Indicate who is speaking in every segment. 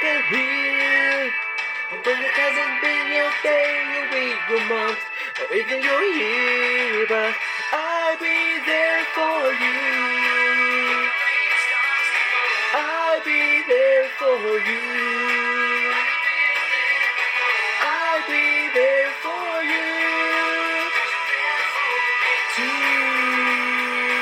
Speaker 1: can hear. And then your cousin bring your day, your week, your month, or even your year. But I'll be there for you. I'll be there for you. I'll be there for you. Too.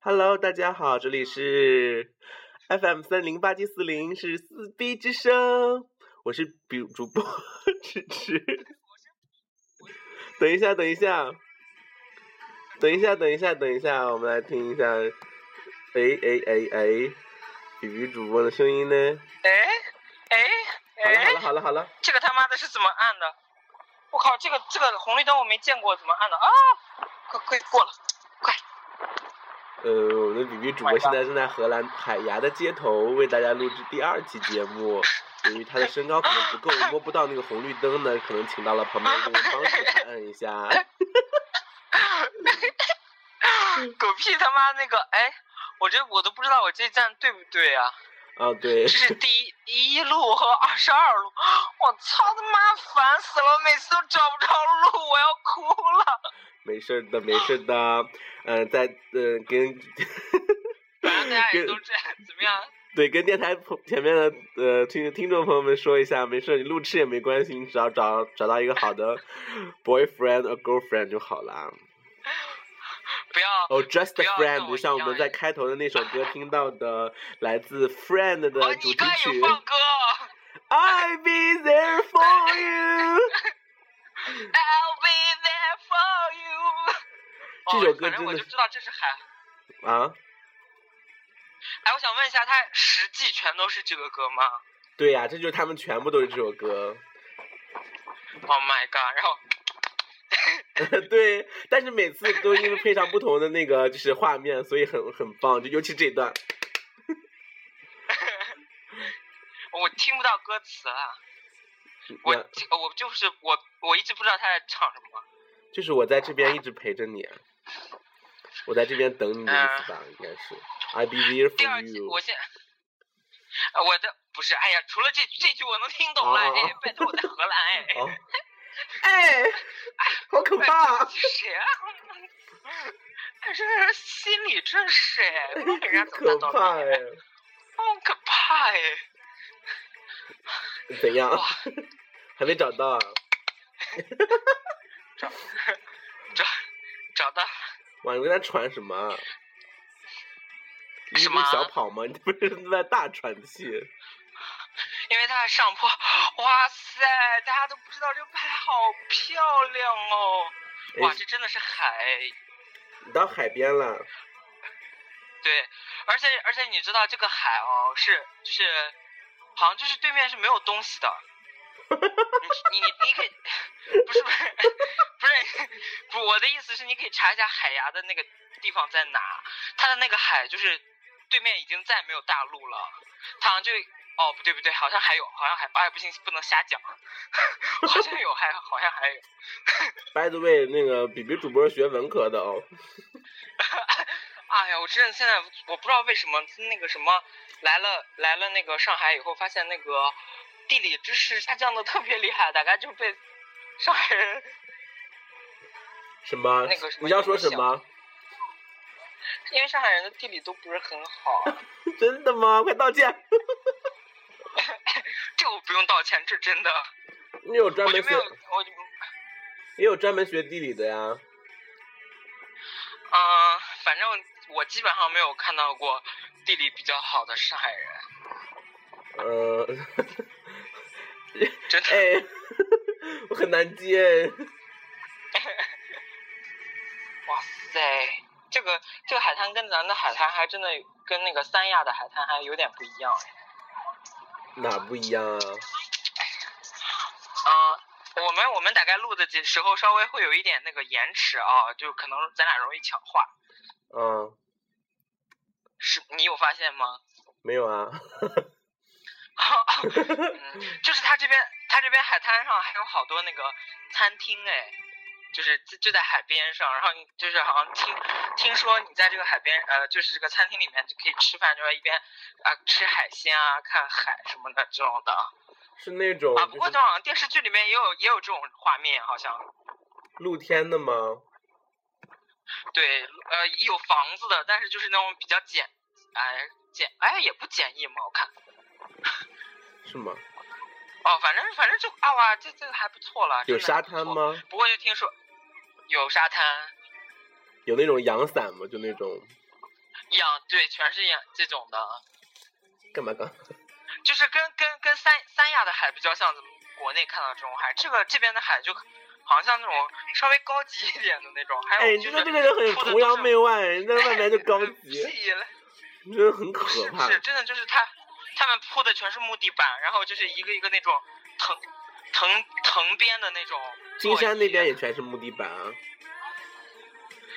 Speaker 1: Hello，大家好，这里是 FM 三零八七四零，是四 B 之声，我是比主播 迟迟。等一下，等一下，等一下，等一下，等一下，我们来听一下，哎哎哎哎，比比主播的声音呢？
Speaker 2: 哎哎
Speaker 1: 好了好了
Speaker 2: 哎，
Speaker 1: 好了好了，
Speaker 2: 这个他妈的是怎么按的？我靠，这个这个红绿灯我没见过，怎么按的啊？快快过了，快！
Speaker 1: 呃，我们的比比主播现在正在荷兰海牙的街头为大家录制第二期节目。由于他的身高可能不够，摸不到那个红绿灯呢，可能请到了旁边的工人帮助他按一下。
Speaker 2: 狗屁他妈那个哎，我这我都不知道我这站对不对啊？
Speaker 1: 啊，对
Speaker 2: 这，是第一路和二十二路，我操他妈烦死了，每次都找不着路，我要哭了。
Speaker 1: 没事儿的，没事儿的。嗯、呃，在呃跟
Speaker 2: 反正大家也
Speaker 1: 跟
Speaker 2: 都这样，怎么样？
Speaker 1: 对跟电台朋前面的呃听听众朋友们说一下，没事儿，你路痴也没关系，你只要找找到一个好的 boyfriend or girlfriend 就好啊啦。
Speaker 2: 不要
Speaker 1: 哦、j u s t a
Speaker 2: 不要
Speaker 1: friend，
Speaker 2: 跟
Speaker 1: 就
Speaker 2: 我
Speaker 1: 像我们
Speaker 2: 一样
Speaker 1: 在开头的那首 歌听到的，来自 Friend 的
Speaker 2: 哦，
Speaker 1: 主
Speaker 2: 你
Speaker 1: 题
Speaker 2: 刚才有
Speaker 1: 曲。
Speaker 2: 放歌哦。
Speaker 1: I'll be there for you。。
Speaker 2: I'll be there for you
Speaker 1: 这首歌
Speaker 2: 哦、反正我
Speaker 1: 真的
Speaker 2: 就是知道这是海。
Speaker 1: 啊，
Speaker 2: 哎，我想问一下，它实际全都是这个歌吗
Speaker 1: 对呀、这就是他们全部都是这首歌。
Speaker 2: ？Oh my god！然后
Speaker 1: 对，但是每次都因为配上不同的那个就是画面，所以很很棒。就尤其这一段，
Speaker 2: 我听不到歌词啊，我
Speaker 1: 那
Speaker 2: 这我就是我我一直不知道他在唱什么。
Speaker 1: 就是我在这边一直陪着你，我在这边等你的意思吧，应该是 I'll be there
Speaker 2: 第二
Speaker 1: for
Speaker 2: 季
Speaker 1: you。
Speaker 2: 我现呃我的不是，哎呀，除了这这句我能听懂了，
Speaker 1: 哦哦哦
Speaker 2: 哎，拜托我在荷兰，哎，
Speaker 1: 哦，哎，好可
Speaker 2: 拜
Speaker 1: 怕
Speaker 2: 托
Speaker 1: 啊！
Speaker 2: 这是谁啊？哎这是心理震谁？我给人家怎么办
Speaker 1: 可
Speaker 2: 到
Speaker 1: 怕哎！
Speaker 2: 好可怕哎！
Speaker 1: 怎样
Speaker 2: 哇？
Speaker 1: 还没找到啊？
Speaker 2: 找找找到
Speaker 1: 哇，你跟他传什么啊？你
Speaker 2: 什
Speaker 1: 不是
Speaker 2: 么啊
Speaker 1: 小跑吗？你不是在大喘气？哎
Speaker 2: 因为它的上坡，哇塞，大家都不知道这个拍好漂亮哦！哇，
Speaker 1: 哎，
Speaker 2: 这真的是海，
Speaker 1: 你到海边了。
Speaker 2: 对，而且而且你知道这个海哦，是就是，好像就是对面是没有东西的，你你你可以，不是不是不是不是，我的意思是你可以查一下海牙的那个地方在哪，它的那个海就是对面已经再没有大陆了，它好像就。哦，不对不对，好像还有，好像还，哎，不行，不能瞎讲， 好像有，还好像还有，
Speaker 1: By the way，那个比比主播是学文科的哦，
Speaker 2: 哎呀，我真的现在我不知道为什么那个什么来了来了那个上海以后，发现那个地理知识下降的特别厉害，大概就被上海人
Speaker 1: 什么？
Speaker 2: 那个什么
Speaker 1: 你要说什么？
Speaker 2: 因为上海人的地理都不是很好，
Speaker 1: 真的吗？快道歉！
Speaker 2: 这个我不用道歉，这真的，
Speaker 1: 你有专
Speaker 2: 我就没
Speaker 1: 门学
Speaker 2: 有，我就
Speaker 1: 也有专门学地理的呀。
Speaker 2: 嗯、反正我基本上没有看到过地理比较好的上海人，
Speaker 1: 嗯、
Speaker 2: 真的。
Speaker 1: 哎， 我很难接。
Speaker 2: 哇塞，这个这个海滩跟咱的海滩还真的跟那个三亚的海滩还有点不一样哎。
Speaker 1: 哪不一样啊？
Speaker 2: 啊，我们我们大概录的这时候稍微会有一点那个延迟啊，就可能咱俩容易抢话，
Speaker 1: 嗯，
Speaker 2: 是你有发现吗？
Speaker 1: 没有啊。
Speaker 2: 嗯，就是他这边，它这边海滩上还有好多那个餐厅哎，就是就就在海边上，然后你就是好像听听说你在这个海边呃，就是这个餐厅里面就可以吃饭，就是一边啊、吃海鲜啊、看海什么的这种的
Speaker 1: 是那种
Speaker 2: 啊。不
Speaker 1: 哦就
Speaker 2: 过
Speaker 1: 是
Speaker 2: 这好像电视剧里面也有也有这种画面，好像
Speaker 1: 露天的吗？
Speaker 2: 对呃有房子的，但是就是那种比较简哎简哎也不简易嘛，我看。
Speaker 1: 是吗？
Speaker 2: 哦，反正反正就啊哇，这这个还不错了。真
Speaker 1: 有
Speaker 2: 的
Speaker 1: 沙
Speaker 2: 还不
Speaker 1: 滩
Speaker 2: 错？
Speaker 1: 吗？
Speaker 2: 不过就听说有沙滩，
Speaker 1: 有那种阳伞吗？就那种
Speaker 2: 养对，全是养这种的，
Speaker 1: 干
Speaker 2: 哎
Speaker 1: 嘛干嘛？
Speaker 2: 就是跟跟跟三三亚的海比较像，咱们国内看到这种海，这个这边的海就好像像那种稍微高级一点的那种，还
Speaker 1: 哎，
Speaker 2: 有
Speaker 1: 你
Speaker 2: 就
Speaker 1: 知
Speaker 2: 是
Speaker 1: 道这个人很
Speaker 2: 铺的
Speaker 1: 崇
Speaker 2: 都
Speaker 1: 洋
Speaker 2: 是
Speaker 1: 媚外，人家外面就高级，
Speaker 2: 屁嘞
Speaker 1: 你真的很
Speaker 2: 不
Speaker 1: 可
Speaker 2: 是不
Speaker 1: 怕。
Speaker 2: 是，真的就是他他们铺的全是木地板，然后就是一个一个那种藤藤藤编的那种座椅。
Speaker 1: 金山那边也全是木地板啊，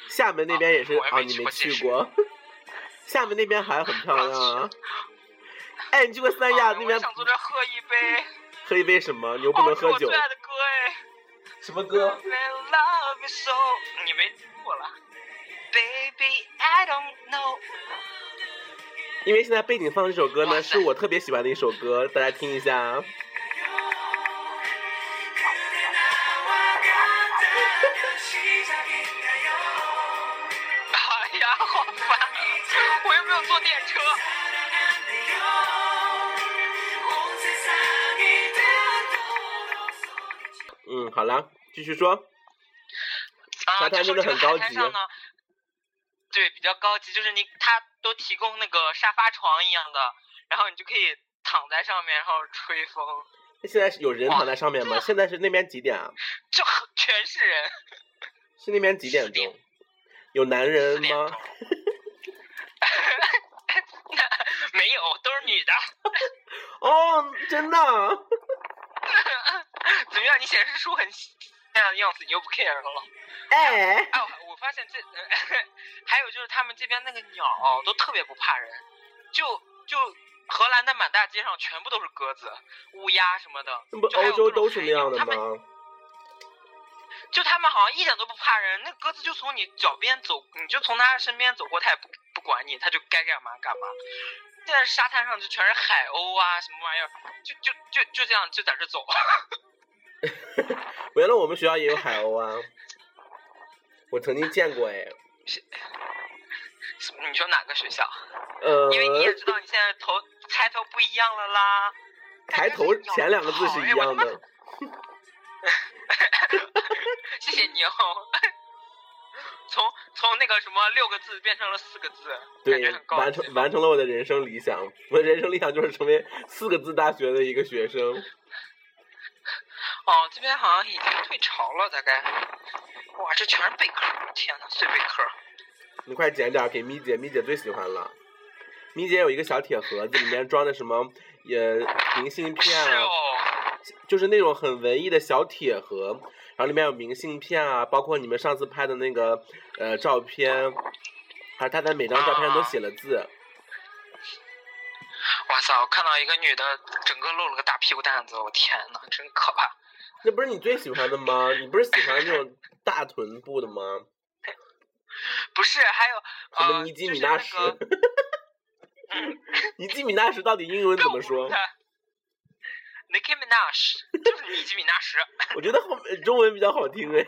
Speaker 1: 厦门那边也是
Speaker 2: 啊我还
Speaker 1: 啊，
Speaker 2: 没
Speaker 1: 你
Speaker 2: 去
Speaker 1: 没
Speaker 2: 过其
Speaker 1: 去
Speaker 2: 实
Speaker 1: 过， 厦门那边海很漂亮啊。哎，你去过三
Speaker 2: 啊
Speaker 1: 亚那
Speaker 2: 我
Speaker 1: 边
Speaker 2: 想坐这儿喝一 杯。
Speaker 1: 喝一杯什么？你又不能
Speaker 2: 哦这是我
Speaker 1: 喝酒
Speaker 2: 最。爱的歌哎。
Speaker 1: 什么
Speaker 2: I love you so，你没听过了。Baby, I don't know。
Speaker 1: 因为现在背景放的这首歌呢，
Speaker 2: 哇
Speaker 1: 是
Speaker 2: 塞
Speaker 1: 我特别喜欢的一首歌，大家听一下啊。
Speaker 2: 哎呀，好烦！我又没有坐电车。
Speaker 1: 嗯，好啦，继续说。
Speaker 2: 啊，
Speaker 1: 沙
Speaker 2: 就
Speaker 1: 滩
Speaker 2: 是
Speaker 1: 真
Speaker 2: 这
Speaker 1: 的
Speaker 2: 个
Speaker 1: 很高
Speaker 2: 海
Speaker 1: 级
Speaker 2: 滩上呢，对，比较高级，就是你它都提供那个沙发床一样的，然后你就可以躺在上面，然后吹风，
Speaker 1: 那现在是有人躺在上面吗？现在是那边几点啊？
Speaker 2: 就 很全是人。
Speaker 1: 是那边几点
Speaker 2: 四点
Speaker 1: 钟？有男人
Speaker 2: 四点
Speaker 1: 吗
Speaker 2: 钟？ 没有，都是女的。
Speaker 1: 哦，真的啊？
Speaker 2: 怎么样？你显示出很那样的样子，你又不 care 了。
Speaker 1: 哎，
Speaker 2: 哎，我我发现这、 还有就是他们这边那个鸟都特别不怕人，就就荷兰的满大街上全部都是鸽子、乌鸦什么的，
Speaker 1: 那不
Speaker 2: 就还有
Speaker 1: 欧洲
Speaker 2: 各种
Speaker 1: 都是那样的
Speaker 2: 海鸟
Speaker 1: 吗？
Speaker 2: 就他们好像一点都不怕人，那鸽子就从你脚边走，你就从它身边走过，它也不不管你，它就该干嘛干嘛。现在沙滩上就全是海鸥啊，什么玩意儿，就就就就这样就在这走。
Speaker 1: 原来我们学校也有海鸥啊，我曾经见过哎。
Speaker 2: 你说哪个学校？
Speaker 1: 呃，
Speaker 2: 因为你也知道你现在头抬头不一样了啦。
Speaker 1: 抬头前两个字是一样
Speaker 2: 哎我他
Speaker 1: 的。
Speaker 2: 妈谢谢你哦。 从从那个什么六个字变成了四个字，感觉
Speaker 1: 对
Speaker 2: 很，高
Speaker 1: 完
Speaker 2: 级。
Speaker 1: 成完成了我的人生理想。我的人生理想就是成为四个字大学的一个学生。
Speaker 2: 哦，这边好像已经退潮了，大概。哇，这全是贝壳，天呐，碎贝壳。
Speaker 1: 你快捡点儿给咪姐，咪姐最喜欢了。咪姐有一个小铁盒子，里面装的什么也明信片
Speaker 2: 是
Speaker 1: 啊，
Speaker 2: 哦，
Speaker 1: 就是那种很文艺的小铁盒，然后里面有明信片啊，包括你们上次拍的那个呃照片，还有她在每张照片上都写了字。
Speaker 2: 啊哇塞，我看到一个女的整个露了个大屁股蛋子，我天呐，真可怕。
Speaker 1: 那不是你最喜欢的吗？你不是喜欢那种大臀部的吗？
Speaker 2: 不是，还有
Speaker 1: 什么
Speaker 2: 呃，
Speaker 1: 尼基
Speaker 2: 就
Speaker 1: 米
Speaker 2: 是
Speaker 1: 纳
Speaker 2: 那
Speaker 1: 什
Speaker 2: 个。
Speaker 1: 尼基米纳什到底英 文怎么说？
Speaker 2: ？Nicki Minaj 就是尼基米纳什，
Speaker 1: 我觉得后面中文比较好听哎。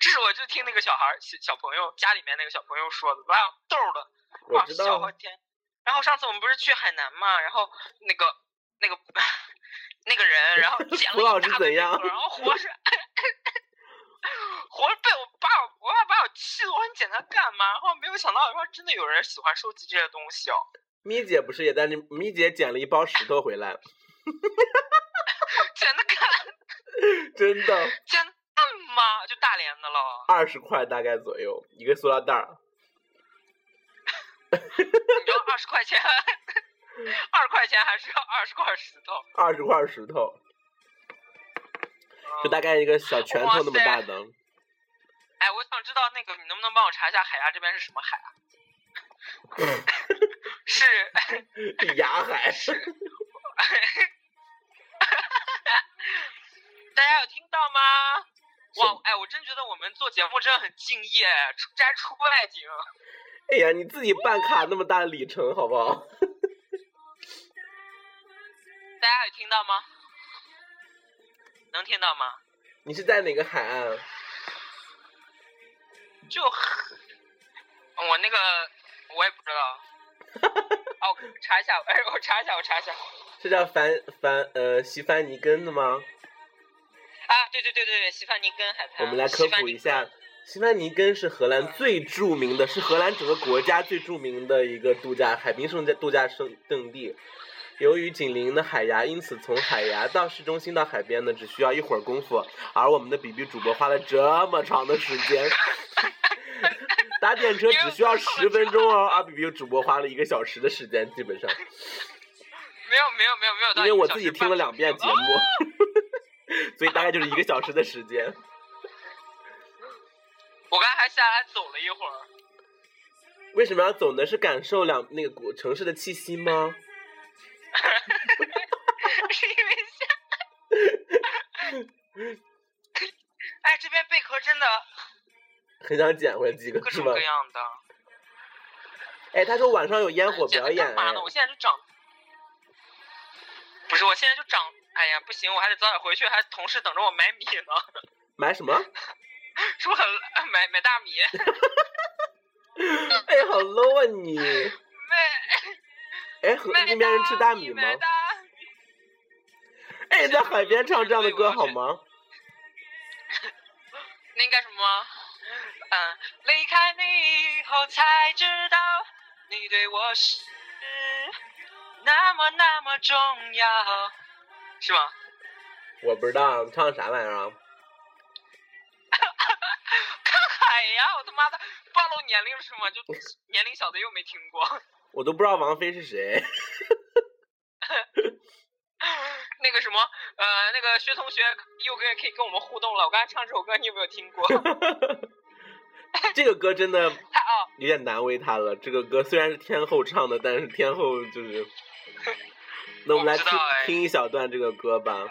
Speaker 2: 这是我就听那个小孩儿小小朋友家里面那个小朋友说的，把我逗的，
Speaker 1: 我
Speaker 2: 哇，
Speaker 1: 知
Speaker 2: 笑
Speaker 1: 道啊
Speaker 2: 半，天。然后上次我们不是去海南嘛，然后那个那个 那个人，然 后捡
Speaker 1: 胡
Speaker 2: 了
Speaker 1: 老
Speaker 2: 一
Speaker 1: 师
Speaker 2: 大
Speaker 1: 怎
Speaker 2: 堆
Speaker 1: 样
Speaker 2: 然后活 是活是被我爸我爸把我气的，我说你捡它干嘛？然后没有想到，说真的有人喜欢收集这些东西哦。
Speaker 1: 咪姐不是也在那？咪姐捡了一包石头回来，
Speaker 2: 捡的干
Speaker 1: 真的，
Speaker 2: 捡的干嘛？就大连的了。
Speaker 1: 二十块大概左右一个塑料袋儿。
Speaker 2: 你知道二十块钱， 二块钱还是要二十块石头？
Speaker 1: 二十块石头，
Speaker 2: 嗯
Speaker 1: 就大概一个小拳头那么大的。
Speaker 2: 哎，我想知道那个，你能不能帮我查一下海牙这边是什么 海啊？ 是
Speaker 1: 是崖海，
Speaker 2: 是，得哎我们做节目真的很敬业，出摘出外景。
Speaker 1: 哎呀，你自己办卡那么大的里程，好不好？
Speaker 2: 大家有听到吗？能听到吗？
Speaker 1: 你是在哪个海岸？
Speaker 2: 就很我那个我也不知道。啊，我查一下，哎，我查一下，我查一下。
Speaker 1: 是叫凡凡呃西凡尼根的吗？
Speaker 2: 啊，对对对对对，西范尼根海
Speaker 1: 我
Speaker 2: 滩。
Speaker 1: 们来科
Speaker 2: 西范
Speaker 1: 普
Speaker 2: 尼
Speaker 1: 一
Speaker 2: 根
Speaker 1: 下，西凡尼根是荷兰最著名的，是荷兰整个国家最著名的一个度假海滨胜度假胜胜地。由于紧邻的海牙，因此从海牙到市中心到海边呢，只需要一会儿功夫。而我们的比比主播花了这么长的时 间，打点车只需要十分钟哦，而比比主播花了一个小时的时间，基本上，
Speaker 2: 没有没有没有没有
Speaker 1: 因
Speaker 2: 到一个小时半，哦
Speaker 1: 为我自己听了两遍节
Speaker 2: 啊
Speaker 1: 目， 所以大概就是一个小时的时间。
Speaker 2: 我刚才还下来走了一会儿，
Speaker 1: 为什么要走呢？是感受两那个古城市的气息吗？
Speaker 2: 是因为下。 哎，这边贝壳真的
Speaker 1: 很想捡回来几个
Speaker 2: 各
Speaker 1: 是
Speaker 2: 种
Speaker 1: 吗
Speaker 2: 各？样的。
Speaker 1: 哎，他说晚上有烟火表演，啊
Speaker 2: 干嘛呢？我现在就长，不是，我现在就长。哎呀，不行，我还得早点回去，还同事等着我买米呢，
Speaker 1: 买 什么？
Speaker 2: 是不是很买买大 米？
Speaker 1: 哎，好 low 啊 你！
Speaker 2: 买
Speaker 1: 哎，和
Speaker 2: 买
Speaker 1: 那边人吃大米吗？
Speaker 2: 买大米
Speaker 1: 哎，在海边唱这样的歌好吗？
Speaker 2: 那干什么？嗯，离开你以后才知道，你对我是那么那么重要，是吗？
Speaker 1: 我不知道唱啥玩意儿啊。
Speaker 2: 看海呀！我他妈的暴露年龄是吗？就 年龄小的又没听过。
Speaker 1: 我都不知道王菲 是谁，
Speaker 2: 那个什么，呃，那个薛同学又跟可以跟我们互动了。我刚才唱这首歌，你有没有听过？ 他
Speaker 1: 这个歌真的
Speaker 2: 哦，
Speaker 1: 有点难为她了。这个歌虽然是天后唱的，但是天后就是……那我们来
Speaker 2: 我不
Speaker 1: 听
Speaker 2: 知道哎
Speaker 1: 听一小段这个歌吧。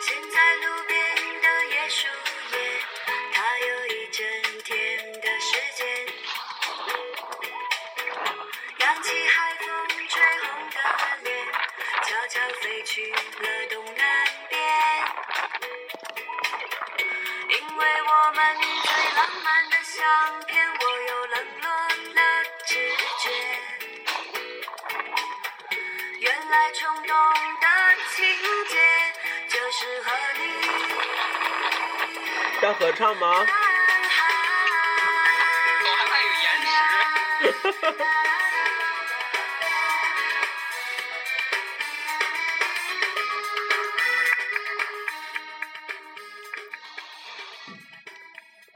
Speaker 3: 现在路边的椰树叶，它有一整天的时间。扬起海风吹红的脸，悄悄飞去了东南边。因为我们最浪漫的相片，我又冷落了直觉。原来冲动的情节就是和你
Speaker 1: 要合唱吗？
Speaker 3: 看海。
Speaker 2: 我还怕有延迟。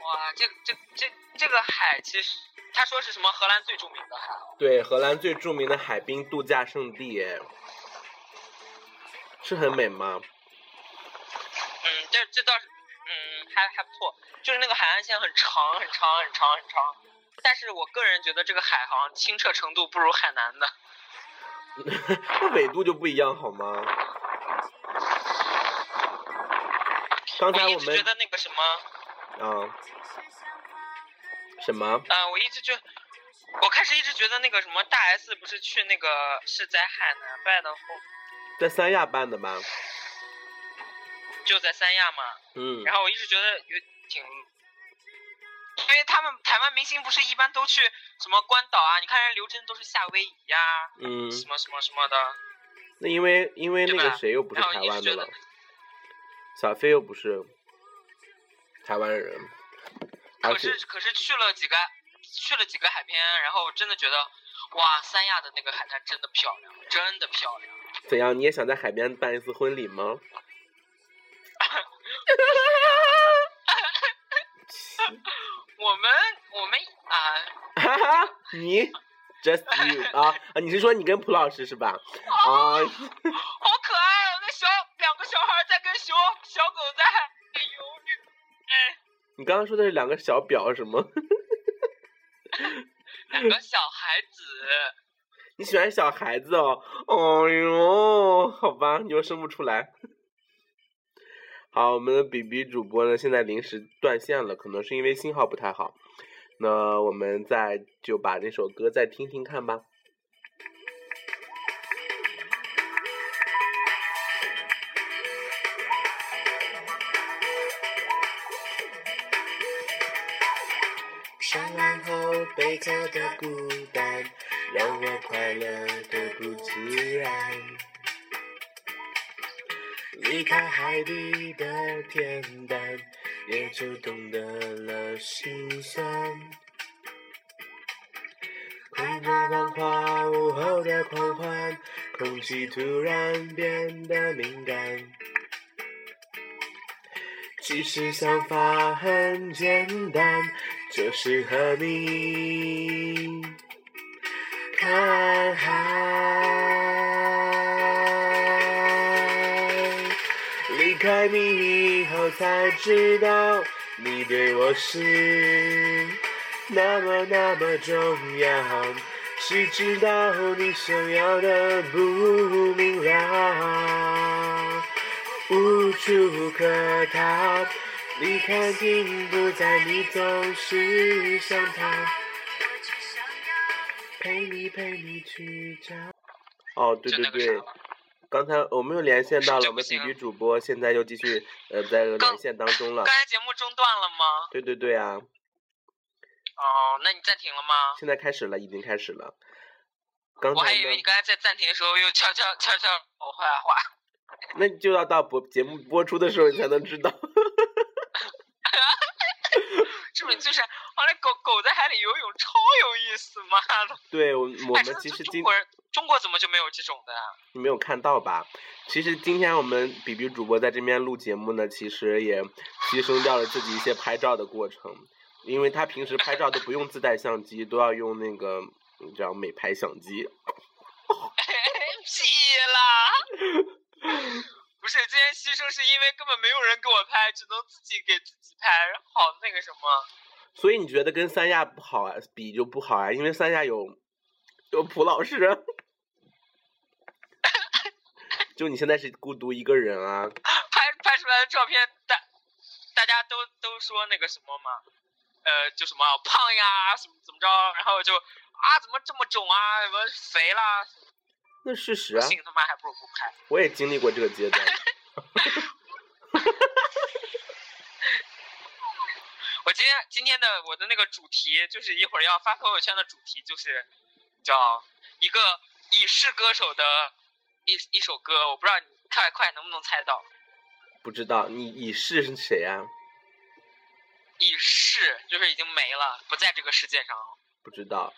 Speaker 2: 哇，这这这这个海其实。他说是什么荷兰最著名的海？啊
Speaker 1: 对，荷兰最著名的海滨度假胜地，哎，是很美吗？
Speaker 2: 嗯，这这倒是，嗯，还还不错，就是那个海岸线很长很长很长很长，但是我个人觉得这个海好像清澈程度不如海南的。
Speaker 1: 那 纬度就不一样好吗？刚才
Speaker 2: 我一
Speaker 1: 我
Speaker 2: 直哎觉
Speaker 1: 们
Speaker 2: 得那个什么，
Speaker 1: 啊什么？
Speaker 2: 呃，我一直就，我开始一直觉得那个什么大 S 不是去那个是在海南办的后，
Speaker 1: 在三亚办的吧？
Speaker 2: 就在三亚嘛，
Speaker 1: 嗯，
Speaker 2: 然后我一直觉得有挺，因为他们台湾明星不是一般都去什么关岛啊，你看人刘真都是夏威夷呀、
Speaker 1: 嗯，
Speaker 2: 什么什么什么的，
Speaker 1: 那因为因为那
Speaker 2: 对
Speaker 1: 个
Speaker 2: 吧
Speaker 1: 谁又不是
Speaker 2: 然后
Speaker 1: 台
Speaker 2: 一直
Speaker 1: 湾的
Speaker 2: 觉得
Speaker 1: 了，小飞又不是台湾人，而
Speaker 2: 可
Speaker 1: 且
Speaker 2: 是可是去了几个去了几个海边，然后真的觉得哇，三亚的那个海滩真的漂亮，真的漂亮。
Speaker 1: 怎样？你也想在海边办一次婚礼吗？
Speaker 2: 我们我们啊，
Speaker 1: 哈哈，你 just you 啊啊！你是说你跟蒲老师是吧？啊，
Speaker 2: 好可爱啊！那小两个小孩在跟熊小狗在海里游泳，哎，
Speaker 1: 你刚刚说的是两个小表什么？
Speaker 2: 两个小孩子。
Speaker 1: 你喜欢小孩子哎哦？哦呦，好吧，你又生不出来。好，我们的 B B 主播呢，现在临时断线了，可能是因为信号不太好。那我们再就把那首歌再听听看吧。
Speaker 3: 上班后被叫的孤单，让我快乐的不自然。离开海底的天蓝，也就懂得了心酸。快乐浪花午后的狂欢，空气突然变得敏感。其实想法很简单，就是和你看海。离开你以后才知道，你对我是那么那么重要。谁知道你想要的不明了，无处可逃。离开停不在，你总是想逃。陪你陪你去找。
Speaker 1: 哦，对
Speaker 2: 就
Speaker 1: 对
Speaker 2: 那个啥
Speaker 1: 对，
Speaker 2: 了。
Speaker 1: 刚才我们又连线
Speaker 2: 是
Speaker 1: 到了
Speaker 2: 就
Speaker 1: 我们
Speaker 2: 不
Speaker 1: B
Speaker 2: 行啊
Speaker 1: B 主播，现在又继续呃在
Speaker 2: 刚
Speaker 1: 连线当中了
Speaker 2: 刚。才节目中断了吗？
Speaker 1: 对对对啊，
Speaker 2: 哦，那你暂停了吗？
Speaker 1: 现在开始了，已经开始了。刚
Speaker 2: 我还
Speaker 1: 才
Speaker 2: 以为你
Speaker 1: 呢，
Speaker 2: 刚才在暂停的时候又悄悄悄悄我坏话。
Speaker 1: 那就要到播节目播出的时候你才能知道。
Speaker 2: 是不是就是完了狗狗在海里游泳超有意思，妈的！
Speaker 1: 对我我
Speaker 2: 哎
Speaker 1: 们
Speaker 2: 真的
Speaker 1: 其
Speaker 2: 就
Speaker 1: 实
Speaker 2: 中
Speaker 1: 今
Speaker 2: 国人中国怎么就没有这种的啊？
Speaker 1: 你没有看到吧？其实今天我们比比主播在这边录节目呢，其实也牺牲掉了自己一些拍照的过程，因为他平时拍照都不用自带相机，都要用那个你知道美拍相机。
Speaker 2: 屁啦！ 不是，今天牺牲是因为根本没有人给我拍，只能自己给自己拍，好那个什么。
Speaker 1: 所以你觉得跟三亚不好啊，比就不好啊？因为三亚有有蒲老师，啊 就你现在是孤独一个人啊。
Speaker 2: 拍拍出来的照片，大大家都都说那个什么嘛，呃，就什么胖呀，什么怎么着，然后就啊，怎么这么肿啊，什么肥啦，
Speaker 1: 那事实
Speaker 2: 不
Speaker 1: 啊，
Speaker 2: 行，他妈还不如不拍。
Speaker 1: 我也经历过这个阶段。
Speaker 2: 我今天今天的我的那个主题就是一会儿要发朋友圈的主题就是叫一个已逝歌手的一一首歌，我不知道你快快能不能猜到，
Speaker 1: 不知道你你是谁啊？
Speaker 2: 已逝就是已经没了，不在这个世界上了，
Speaker 1: 不知道。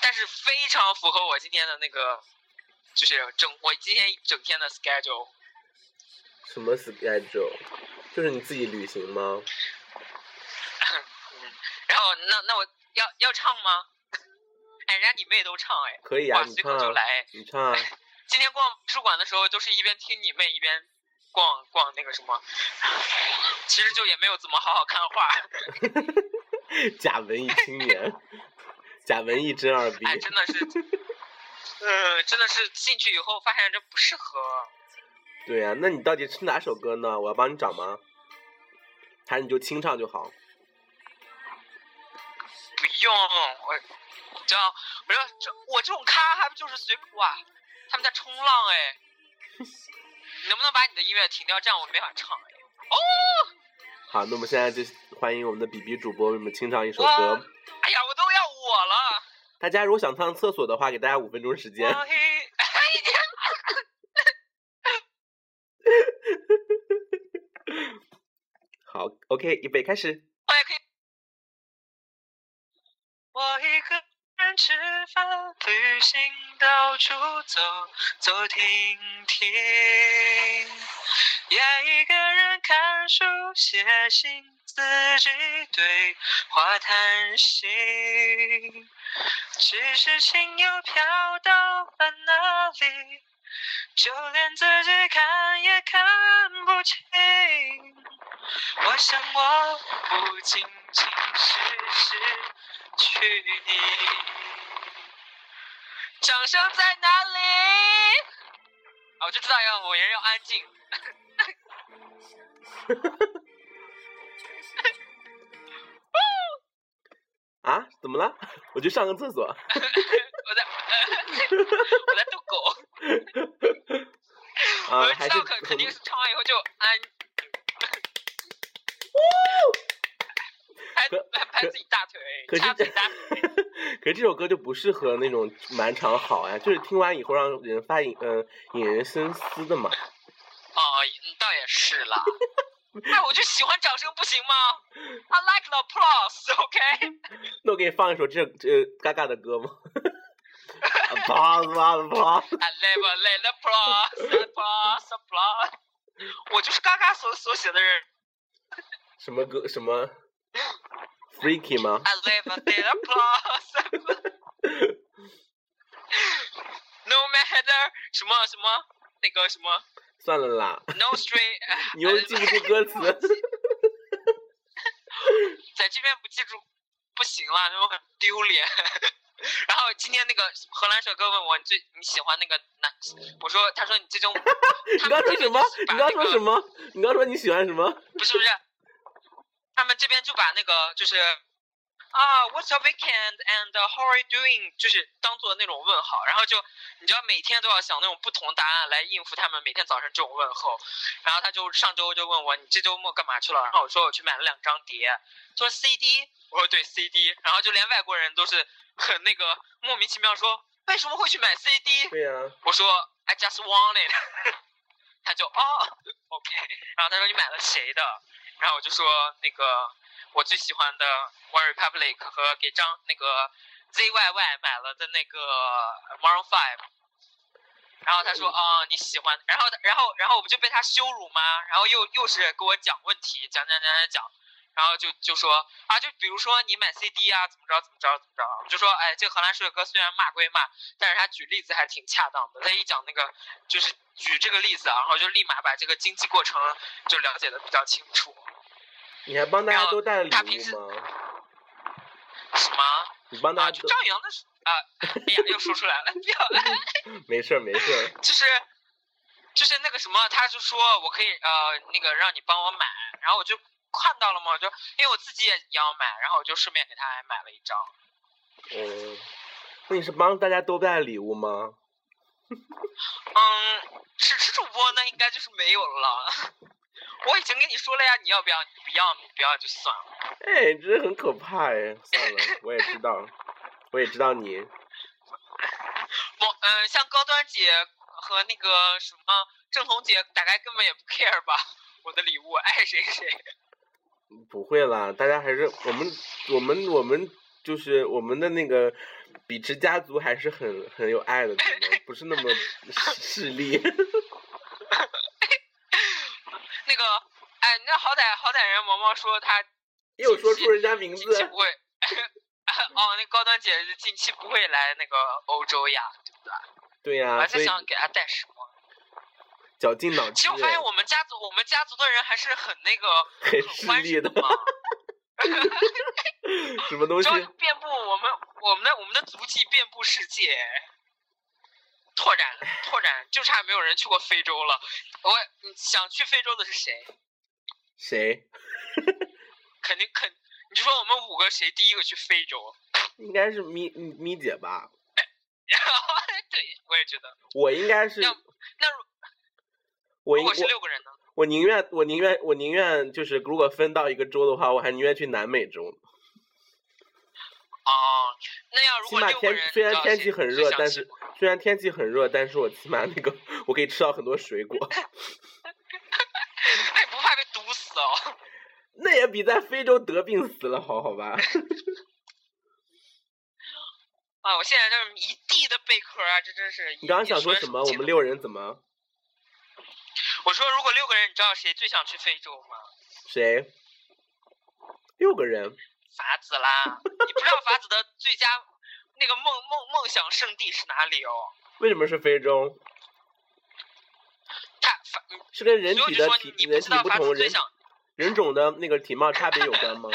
Speaker 2: 但是非常符合我今天的那个，就是整我今天一整天的 schedule。
Speaker 1: 什么 schedule？就是你自己旅行吗？
Speaker 2: 然后那那我要要唱吗？ 哎，人家你妹都唱哎，
Speaker 1: 可以啊，
Speaker 2: 哇，
Speaker 1: 你
Speaker 2: 随
Speaker 1: 唱
Speaker 2: 口就
Speaker 1: 啊，
Speaker 2: 来。
Speaker 1: 你唱啊，
Speaker 2: 今天逛美术馆的时候，都是一边听你妹一边逛逛那个什么，其实就也没有怎么好好看画。
Speaker 1: 假文艺青年，假文艺真二逼。
Speaker 2: 哎，真的 是，呃，真的是进去以后发现这不适合。
Speaker 1: 对呀、啊，那你到底是哪首歌呢？我要帮你找吗？还是你就清唱就好？
Speaker 2: 不用，我这样，我说这我这种咖还不就是随谱啊？他们在冲浪哎，你能不能把你的音乐停掉？这样我没法唱哎。
Speaker 1: 好，那我们现在就欢迎我们的比比主播为我们清唱一首
Speaker 2: 哇
Speaker 1: 歌。
Speaker 2: 哎呀，我都要我了。
Speaker 1: 大家如果想上厕所的话，给大家五分钟时间。
Speaker 2: 我嘿，
Speaker 1: 好，OK，预备开始。
Speaker 2: 我也可以。我一个人吃饭，旅行到处走走停停，也一个人看书写信，自己对话谈心。只是心又飘到了哪里？就连自己看也看不清。我想我不仅仅是失去你。掌声哦在哪里？啊，我就知道要我人要安静。
Speaker 1: 啊，怎么了？ 我去上个厕所。
Speaker 2: 我在 我在逗狗，
Speaker 1: 啊
Speaker 2: 我，就
Speaker 1: 还
Speaker 2: 知道
Speaker 1: 是
Speaker 2: 肯肯定是唱完以后就安， 拍
Speaker 1: 可
Speaker 2: 拍拍
Speaker 1: 可
Speaker 2: 自己大腿
Speaker 1: 可，是
Speaker 2: 掐自
Speaker 1: 这
Speaker 2: 己大哦腿，
Speaker 1: 可是这首歌就不适合那种满场好啊，就是听完以后让人发引呃引人深思的嘛。
Speaker 2: 哦，嗯倒也是 啦。哎，我就喜欢掌声，不行吗？I like the applause, OK？
Speaker 1: 那我给你放一首这这嘎嘎的歌吗？ 啊啪
Speaker 2: I
Speaker 1: 啪啪！
Speaker 2: never let the applause, applause, applause。我就是嘎嘎所所写的人。
Speaker 1: 什么歌？什么？Freaky 吗？
Speaker 2: I never let the applause, applause。No matter 什么什么那个什么
Speaker 1: 算了啦，
Speaker 2: No straight，哎
Speaker 1: 你又记不住歌词。
Speaker 2: 在这边不记住不行了，就很丢脸。 然后今天那个荷兰小哥问我你最你喜欢那个男，我说他说你这种，
Speaker 1: 你
Speaker 2: 他
Speaker 1: 刚
Speaker 2: 们
Speaker 1: 说
Speaker 2: 这
Speaker 1: 什
Speaker 2: 边
Speaker 1: 么
Speaker 2: 就是？把
Speaker 1: 你刚
Speaker 2: 那
Speaker 1: 说
Speaker 2: 个
Speaker 1: 什么？你刚说你喜欢什么？
Speaker 2: 不是不是，他们这边就把那个就是啊，What's your weekend and how are you doing，就是当做那种问号，然后就你知道每天都要想那种不同答案来应付他们每天早晨这种问候。然后他就上周就问我你这周末干嘛去了，然后我说我去买了两张碟，他说 CD，我说对 CD，然后就连外国人都是很那个莫名其妙说为什么会去买 CD，
Speaker 1: 对呀、
Speaker 2: 我说 I just wanted，他就哦，OK，然后他说你买了谁的？然后我就说那个我最喜欢的 One Republic 和给张那个 ZYY 买了的那个 Maroon Five。然后他说啊、你喜欢，然后然后然后我不就被他羞辱吗？然后又又是给我讲问题，讲讲讲讲讲，然后就就说啊，就比如说你买 CD 啊，怎么着怎么着怎么着，我就说哎，这个荷兰帅哥虽然骂归骂，但是他举例子还挺恰当的。他一讲那个就是举这个例子啊，然后就立马把这个经济过程就了解的比较清楚。
Speaker 1: 你还帮大
Speaker 2: 然
Speaker 1: 家
Speaker 2: 后
Speaker 1: 都带了礼
Speaker 2: 他平时
Speaker 1: 物吗？
Speaker 2: 什么？
Speaker 1: 你帮
Speaker 2: 啊，
Speaker 1: 大家
Speaker 2: 就
Speaker 1: 都、
Speaker 2: 张扬的是啊，哎呀，又说出来了， 不要，
Speaker 1: 没事儿没事儿，
Speaker 2: 就是就是那个什么，他就说我可以呃那个让你帮我买，然后我就看到了嘛，我就因为我自己也要买，然后我就顺便给他还买了一张。
Speaker 1: 嗯，那你是帮大家都带了礼物吗？
Speaker 2: 嗯，只吃主播那应该就是没有了。 我已经跟你说了呀，你要不要？你不要，你不要就算了。
Speaker 1: 哎，你这很可怕哎！算了，我也知道，我也知道你。
Speaker 2: 我嗯、呃像高端姐和那个什么郑彤姐，大概根本也不 care 吧。我的礼物爱谁谁。
Speaker 1: 不会啦，大家还是我们我们我们就是我们的那个比之家族还是很很有爱的，对吗不是那么势利。
Speaker 2: 那个，哎，那好歹好歹人毛毛说他
Speaker 1: 又说出人家名
Speaker 2: 近期
Speaker 1: 字
Speaker 2: 不，会， 哦，那高端姐近期不会来那个欧洲呀，对不对？
Speaker 1: 对
Speaker 2: 我
Speaker 1: 呀、
Speaker 2: 还
Speaker 1: 啊所
Speaker 2: 在
Speaker 1: 以
Speaker 2: 想给她带什么。
Speaker 1: 绞尽脑
Speaker 2: 其
Speaker 1: 汁
Speaker 2: 实我发现我们家族我们家族的人还是很那个
Speaker 1: 很
Speaker 2: 很
Speaker 1: 势
Speaker 2: 欢
Speaker 1: 利
Speaker 2: 实
Speaker 1: 的，
Speaker 2: 嘛，
Speaker 1: 什么东
Speaker 2: 主
Speaker 1: 西？
Speaker 2: 要遍布我们我们的我们的足迹遍布世界。拓展拓展，就差没有人去过非洲了。我你想去非洲的是谁？
Speaker 1: 谁？
Speaker 2: 肯定肯，你就说我们五个谁第一个去非洲？
Speaker 1: 应该是咪咪咪姐吧？
Speaker 2: 对，我也觉得。
Speaker 1: 我应该是
Speaker 2: 要那如
Speaker 1: 我
Speaker 2: 如
Speaker 1: 应
Speaker 2: 果
Speaker 1: 我
Speaker 2: 是六个人呢？
Speaker 1: 我宁愿我宁愿我宁愿就是如果分到一个州的话，我还宁愿去南美洲。
Speaker 2: 哦，那要如
Speaker 1: 起
Speaker 2: 果
Speaker 1: 码
Speaker 2: 六个
Speaker 1: 天
Speaker 2: 人，你
Speaker 1: 虽然
Speaker 2: 知道
Speaker 1: 天
Speaker 2: 谁
Speaker 1: 气很
Speaker 2: 最
Speaker 1: 热，
Speaker 2: 想
Speaker 1: 但
Speaker 2: 吃
Speaker 1: 是虽然天气很热，但是我起码那个我可以吃到很多水 果，
Speaker 2: 哎，不怕被毒死哦。
Speaker 1: 那也比在非洲得病死了好，好吧？
Speaker 2: 啊，我现在就是一地的贝壳啊，这真是。
Speaker 1: 你刚刚想
Speaker 2: 说
Speaker 1: 说
Speaker 2: 得
Speaker 1: 什么？
Speaker 2: 清
Speaker 1: 我
Speaker 2: 楚
Speaker 1: 们六人怎么？
Speaker 2: 我说如果六个人，你知道谁最想去非洲吗？
Speaker 1: 谁？六个人？
Speaker 2: 法子啦，你不知道法子的最佳那个梦梦梦想圣地是哪里哦？
Speaker 1: 为什么是非洲？
Speaker 2: 他法，
Speaker 1: 是跟人
Speaker 2: 所以我
Speaker 1: 体
Speaker 2: 就
Speaker 1: 的
Speaker 2: 说
Speaker 1: 体
Speaker 2: 你不
Speaker 1: 人
Speaker 2: 知
Speaker 1: 体
Speaker 2: 道
Speaker 1: 不
Speaker 2: 法子
Speaker 1: 同
Speaker 2: 最
Speaker 1: 人
Speaker 2: 想
Speaker 1: 人种的那个体貌差别有关 吗？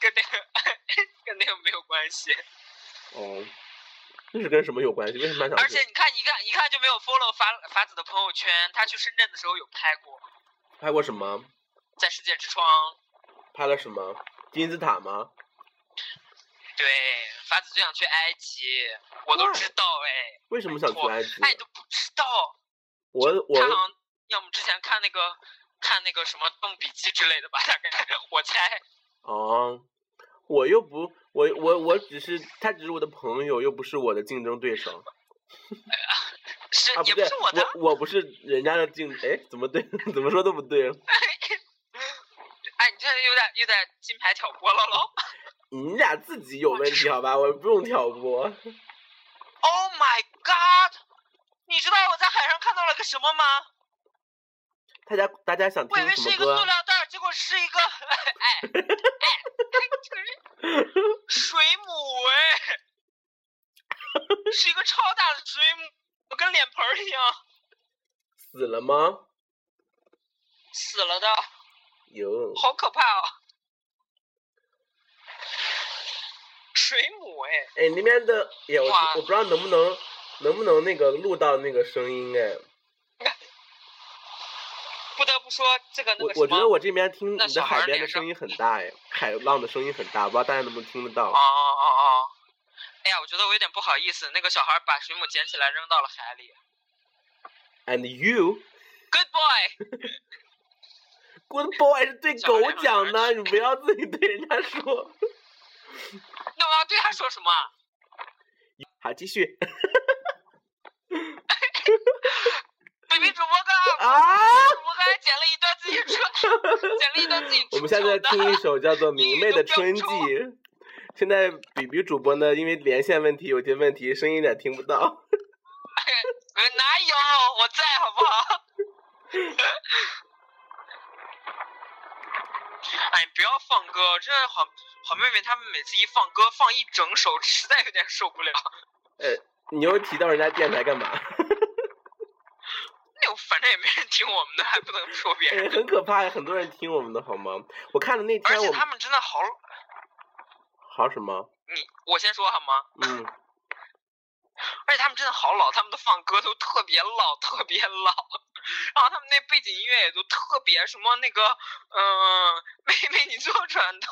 Speaker 2: 跟那个跟那个没有关系，
Speaker 1: 哦，那是跟什么有关系？为什么想
Speaker 2: 而
Speaker 1: 去
Speaker 2: 且？你看，你看，一看就没有 follow 法法子的朋友圈，他去深圳的时候有拍过，
Speaker 1: 拍过什么？
Speaker 2: 在世界之窗，
Speaker 1: 拍了什么？金字塔吗？
Speaker 2: 对，法子最想去埃及，我都知道哎，
Speaker 1: 为什么想去埃及？
Speaker 2: 哎，你都不知道，
Speaker 1: 我我
Speaker 2: 他好像要么之前看那个看那个什么《动笔记》之类的吧，大概我猜。
Speaker 1: 哦，我又不，我我我只是他只是我的朋友，又不是我的竞争对手。
Speaker 2: 是，
Speaker 1: 啊，
Speaker 2: 也
Speaker 1: 对
Speaker 2: 不是，我的，
Speaker 1: 我我不是人家的竞，哎，怎么对？怎么说都不对。
Speaker 2: 哎，你这有点有点金牌挑拨了喽。
Speaker 1: 你俩自己有问题好吧？我不用挑拨。
Speaker 2: Oh my god！你知道我在海上看到了个什么吗？
Speaker 1: 大家大家想
Speaker 2: 我以
Speaker 1: 听
Speaker 2: 为
Speaker 1: 什
Speaker 2: 是一
Speaker 1: 么
Speaker 2: 个塑
Speaker 1: 歌？
Speaker 2: 料袋儿，结果是一个哎哎，这个人 水母哎，是一个超大的水母，我跟脸盆儿一样，
Speaker 1: 死了吗？
Speaker 2: 死了的，
Speaker 1: 有
Speaker 2: 好可怕哦！水母哎，
Speaker 1: 哎，那边的也我
Speaker 2: 哇
Speaker 1: 我不知道能不能能不能那个录到那个声音哎，
Speaker 2: 不得不说这个那
Speaker 1: 我
Speaker 2: 个什么，
Speaker 1: 我觉得我这边听你
Speaker 2: 那
Speaker 1: 的
Speaker 2: 小孩
Speaker 1: 海
Speaker 2: 儿
Speaker 1: 边的
Speaker 2: 脸上
Speaker 1: 声音很大哎，海浪的声音很大，不知道大家能不能听得到
Speaker 2: 哦。哦哦，哎呀，我觉得我有点不好意思，那个小孩把水母捡起来扔到了海里。
Speaker 1: And you
Speaker 2: Good boy，
Speaker 1: good boy 是对
Speaker 2: 小
Speaker 1: 狗
Speaker 2: 孩儿
Speaker 1: 讲的，
Speaker 2: 玩
Speaker 1: 你不要自己对人家说。
Speaker 2: 那我要对他说什么啊？
Speaker 1: 好，继续
Speaker 2: baby 主播刚 刚，
Speaker 1: 啊！
Speaker 2: 主播刚才剪了一段自己出， 剪了一段自己出
Speaker 1: 我们现在
Speaker 2: 糗的
Speaker 1: 听一首叫做《明媚的 春季
Speaker 2: 英语》。
Speaker 1: 现在比比主播呢，因为连线问题有些问题，声音有点听不到。
Speaker 2: 呃哪有？我在，好不好？ 哎，不要放歌，真的好好妹妹她们每次一放歌放一整首，实在有点受不了。
Speaker 1: 你又提到人家电台干嘛？
Speaker 2: 那我反正也没人听我们的，还不能说别人。
Speaker 1: 哎，很可怕，很多人听我们的好吗？我看了那
Speaker 2: 而
Speaker 1: 天
Speaker 2: 且
Speaker 1: 哎我
Speaker 2: 他们真的好，
Speaker 1: 好什么？
Speaker 2: 你我先说好吗？
Speaker 1: 嗯，
Speaker 2: 而且他们真的好老，他们的放歌都特别老，特别老。 然后他们那背景音乐也都特别什么那个，嗯、妹妹你做转头，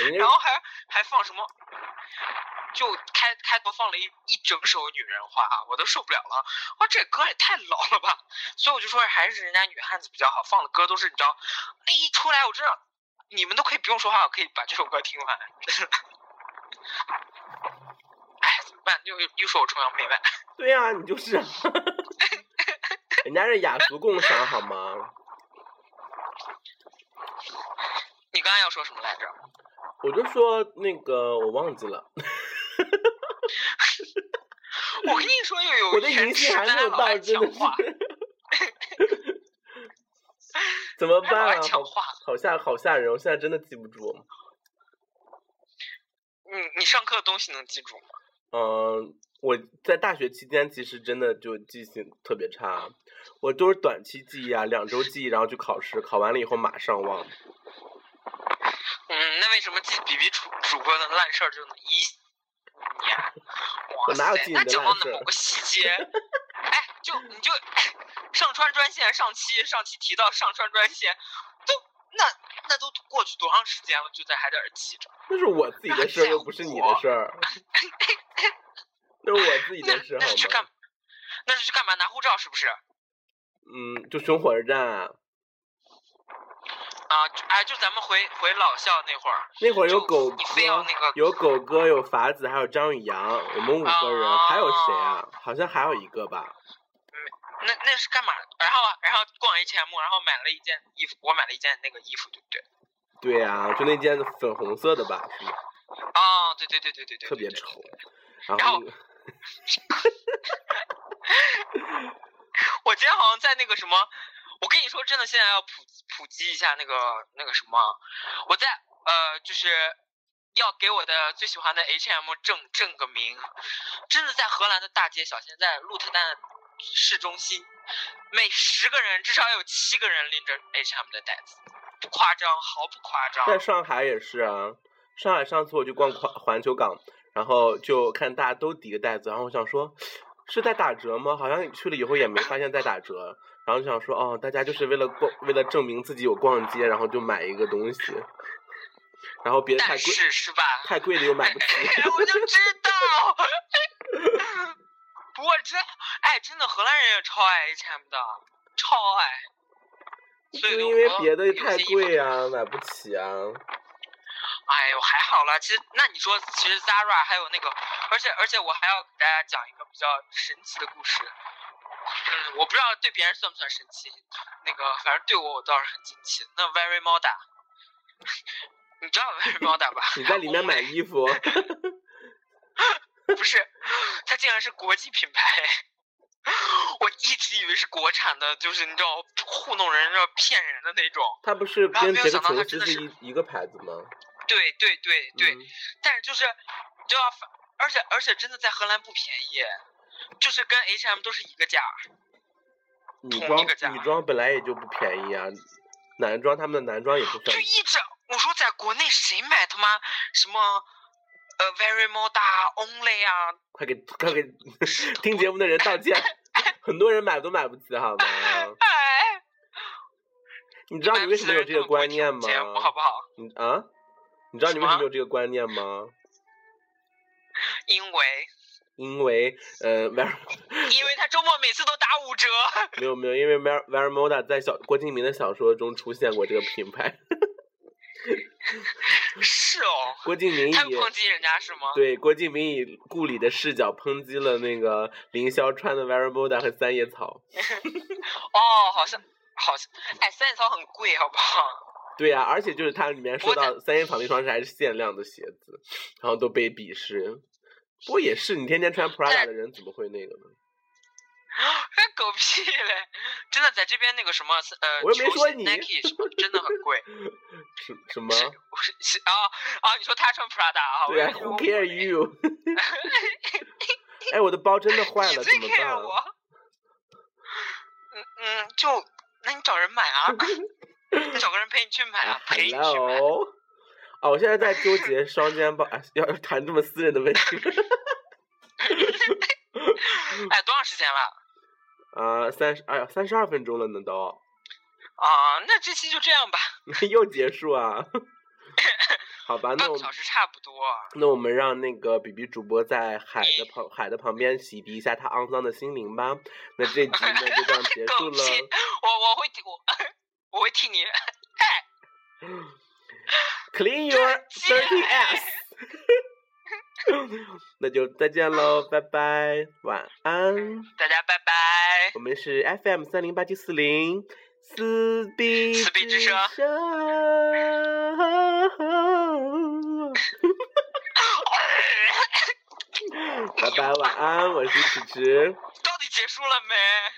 Speaker 1: 人
Speaker 2: 然
Speaker 1: 家
Speaker 2: 后还还放什么，就开开头放了一一整首女人话，啊我都受不了了。哇，这歌也太老了吧！所以我就说还是人家女汉子比较好，放的歌都是你知道，那一出来我真的，你们都可以不用说话，我可以把这首歌听完。 哎，怎么办？又又说我崇洋媚外。
Speaker 1: 对啊，你就是 啊，人家是雅俗共赏好吗？
Speaker 2: 你刚刚要说什么来着？
Speaker 1: 我就说那个我忘记了，
Speaker 2: 我跟你说，又有
Speaker 1: 我的
Speaker 2: 人
Speaker 1: 银
Speaker 2: 痴
Speaker 1: 杏还
Speaker 2: 呆
Speaker 1: 没有
Speaker 2: 老爱
Speaker 1: 到，真
Speaker 2: 讲
Speaker 1: 的是
Speaker 2: 话，
Speaker 1: 怎么
Speaker 2: 老
Speaker 1: 办
Speaker 2: 爱哎
Speaker 1: 啊？
Speaker 2: 讲
Speaker 1: 好
Speaker 2: 话。
Speaker 1: 好吓好吓人！我现在真的记不住。
Speaker 2: 你你上课的东西能记住吗？
Speaker 1: 嗯，我在大学期间其实真的就记性特别差，我都是短期记忆啊，两周记忆，然后去考试，考完了以后马上忘。
Speaker 2: 嗯，那为什么记比比主主播的烂事儿就能一年？
Speaker 1: 我
Speaker 2: 哇
Speaker 1: 哪有
Speaker 2: 塞
Speaker 1: 记，你
Speaker 2: 那
Speaker 1: 的
Speaker 2: 讲
Speaker 1: 烂
Speaker 2: 到那
Speaker 1: 事
Speaker 2: 某
Speaker 1: 儿
Speaker 2: 个细 节，哎，就你就、上川专线上期上期提到上川专线，都那那都过去多长时间了，就在还在这记着。
Speaker 1: 那是我自己的事儿，
Speaker 2: 那
Speaker 1: 又不是你的
Speaker 2: 我
Speaker 1: 事儿。那是我自己
Speaker 2: 那
Speaker 1: 的事，好
Speaker 2: 那是去干
Speaker 1: 吗？，
Speaker 2: 那是去干嘛？拿护照是不是？
Speaker 1: 嗯，就熊火车站啊，
Speaker 2: 啊，就哎，就咱们回回老校那会儿，
Speaker 1: 那会儿有
Speaker 2: 就
Speaker 1: 狗
Speaker 2: 你非要
Speaker 1: 哥，
Speaker 2: 那个
Speaker 1: 有狗哥，有法子，还有张宇阳，我们五个人，
Speaker 2: 哦
Speaker 1: 还有谁啊？好像还有一个吧。
Speaker 2: 那那是干嘛？然后啊然后逛 H&M，然后买了一件衣服，我买了一件那个衣服，对不对？
Speaker 1: 对啊，就那件粉红色的吧，是吗
Speaker 2: 哦，对对对对对对，
Speaker 1: 特别
Speaker 2: 对。对
Speaker 1: 丑
Speaker 2: 对。
Speaker 1: 然
Speaker 2: 然
Speaker 1: 后
Speaker 2: 后我今天好像在那个什么，我跟你说，真的，现在要普普及一下那个那个什么，我在呃，就是要给我的最喜欢的 H&M 正正个名，真的在荷兰的大街小巷，在鹿特丹的市中心，每十个人至少有七个人拎着 H&M 的袋子，不夸张，毫不夸张。
Speaker 1: 在上海也是啊，上海上次我去逛环环球港，然后就看大家都提个袋子，然后我想说，是在打折吗？好像去了以后也没发现在打折，然后就想说，哦，大家就是为了逛，为了证明自己有逛街，然后就买一个东西，然后别的太
Speaker 2: 但
Speaker 1: 贵，
Speaker 2: 是是吧？
Speaker 1: 太贵的 又买不起。
Speaker 2: 我 就知道， 我真哎，真的荷兰人也超爱 H&M 的，超爱。所以
Speaker 1: 就
Speaker 2: 就
Speaker 1: 因为
Speaker 2: 我
Speaker 1: 别的
Speaker 2: 有
Speaker 1: 太
Speaker 2: 些衣服
Speaker 1: 贵啊，买不起啊。
Speaker 2: 哎呦，还好啦。其实，那你说，其实 Zara 还有那个，而且而且我还要给大家讲一个比较神奇的故事。嗯，我不知道对别人算不算神奇，那个反正对我我倒是很惊奇。那 Very Moda，你知道 Very Moda 吧？
Speaker 1: 你在里面买 衣服，
Speaker 2: 不是，它竟然是国际品牌。 我一直以为是国产的，就是你知道糊弄人、要骗人的那种。
Speaker 1: 它不是
Speaker 2: 然后
Speaker 1: 跟
Speaker 2: 没有
Speaker 1: 杰克
Speaker 2: 想到它
Speaker 1: 琼
Speaker 2: 真的
Speaker 1: 斯是一一个牌子吗？
Speaker 2: 对对对对，
Speaker 1: 嗯
Speaker 2: 但是就是你知道，反而且而且真的在荷兰不便宜，就是跟 H&M 都是一个价。
Speaker 1: 女
Speaker 2: 同一
Speaker 1: 装
Speaker 2: 个价
Speaker 1: 女装本来也就不便宜啊，男装他们的男装也不
Speaker 2: 就
Speaker 1: 算
Speaker 2: 一直我说在国内谁买他妈什么呃 Very Moda、Only 啊，
Speaker 1: 快给快给听节目的人道歉， 很多人买都买不起，好吗？
Speaker 2: 哎，
Speaker 1: 你知道你为什么有这个观念吗？
Speaker 2: 节目好不好？
Speaker 1: 你啊？你知道你为什么有这个观念吗？
Speaker 2: 因为
Speaker 1: 因为呃，Ver
Speaker 2: 因为他周末每次都打五折。
Speaker 1: 没有没有，因为 Ver Ver Moda 在小郭敬明的小说中出现过这个品牌，
Speaker 2: 是哦，
Speaker 1: 郭敬明
Speaker 2: 他
Speaker 1: 以
Speaker 2: 抨击人家是吗？
Speaker 1: 对郭敬明以顾里的视角抨击了那个凌霄穿的 Ver Moda 和三叶草。
Speaker 2: 哦，好像好像，哎，三叶草很贵，好不好？
Speaker 1: 对呀、而且就是它里面说
Speaker 2: 我在
Speaker 1: 到三叶草那双是还是限量的鞋子，然后都被鄙视。不过也是，你天天穿 Prada
Speaker 2: 在
Speaker 1: 的人怎么会那个呢？
Speaker 2: 哎，狗屁嘞！真的在这边那个什么呃，
Speaker 1: 我又没
Speaker 2: 球
Speaker 1: 说
Speaker 2: 鞋
Speaker 1: 你
Speaker 2: Nike 什么真的很 贵，
Speaker 1: 什什么？
Speaker 2: 是是是啊啊！你说他穿 Prada 啊？
Speaker 1: 对啊
Speaker 2: 我以为
Speaker 1: ，Who
Speaker 2: 我
Speaker 1: care you？哎，我的包真的坏
Speaker 2: 你
Speaker 1: 了，
Speaker 2: 最
Speaker 1: 怎么
Speaker 2: care
Speaker 1: 办？啊
Speaker 2: 我？嗯嗯，就那你找人买 啊，你找个人陪你去买啊，
Speaker 1: 哎
Speaker 2: 陪你去买。
Speaker 1: Hello，哦，我现在在纠结双肩包， 哎，要谈这么私人的问题吗？
Speaker 2: 哎，多长时间了？
Speaker 1: 啊，三十，哎呀，三十二分钟了呢，都
Speaker 2: 啊，那这期就这样吧，
Speaker 1: 又结束啊？ 好吧，那
Speaker 2: 半
Speaker 1: 我
Speaker 2: 个
Speaker 1: 们
Speaker 2: 小时差不多。
Speaker 1: 那我们让那个比比主播在海的
Speaker 2: 嗯
Speaker 1: 旁海的旁边洗涤一下他肮脏的心灵吧。那这集 呢就这样结束
Speaker 2: 狗
Speaker 1: 了。
Speaker 2: 屁！我我会我 我会替你
Speaker 1: Clean your
Speaker 2: 贱
Speaker 1: dirty ass。那就再见喽，拜拜，晚安。
Speaker 2: 大家拜 拜。
Speaker 1: 我们是 FM 三零八七四零四 B
Speaker 2: 四壁之声
Speaker 1: 声 拜拜，晚安，我是迟迟。
Speaker 2: 到底结束了没？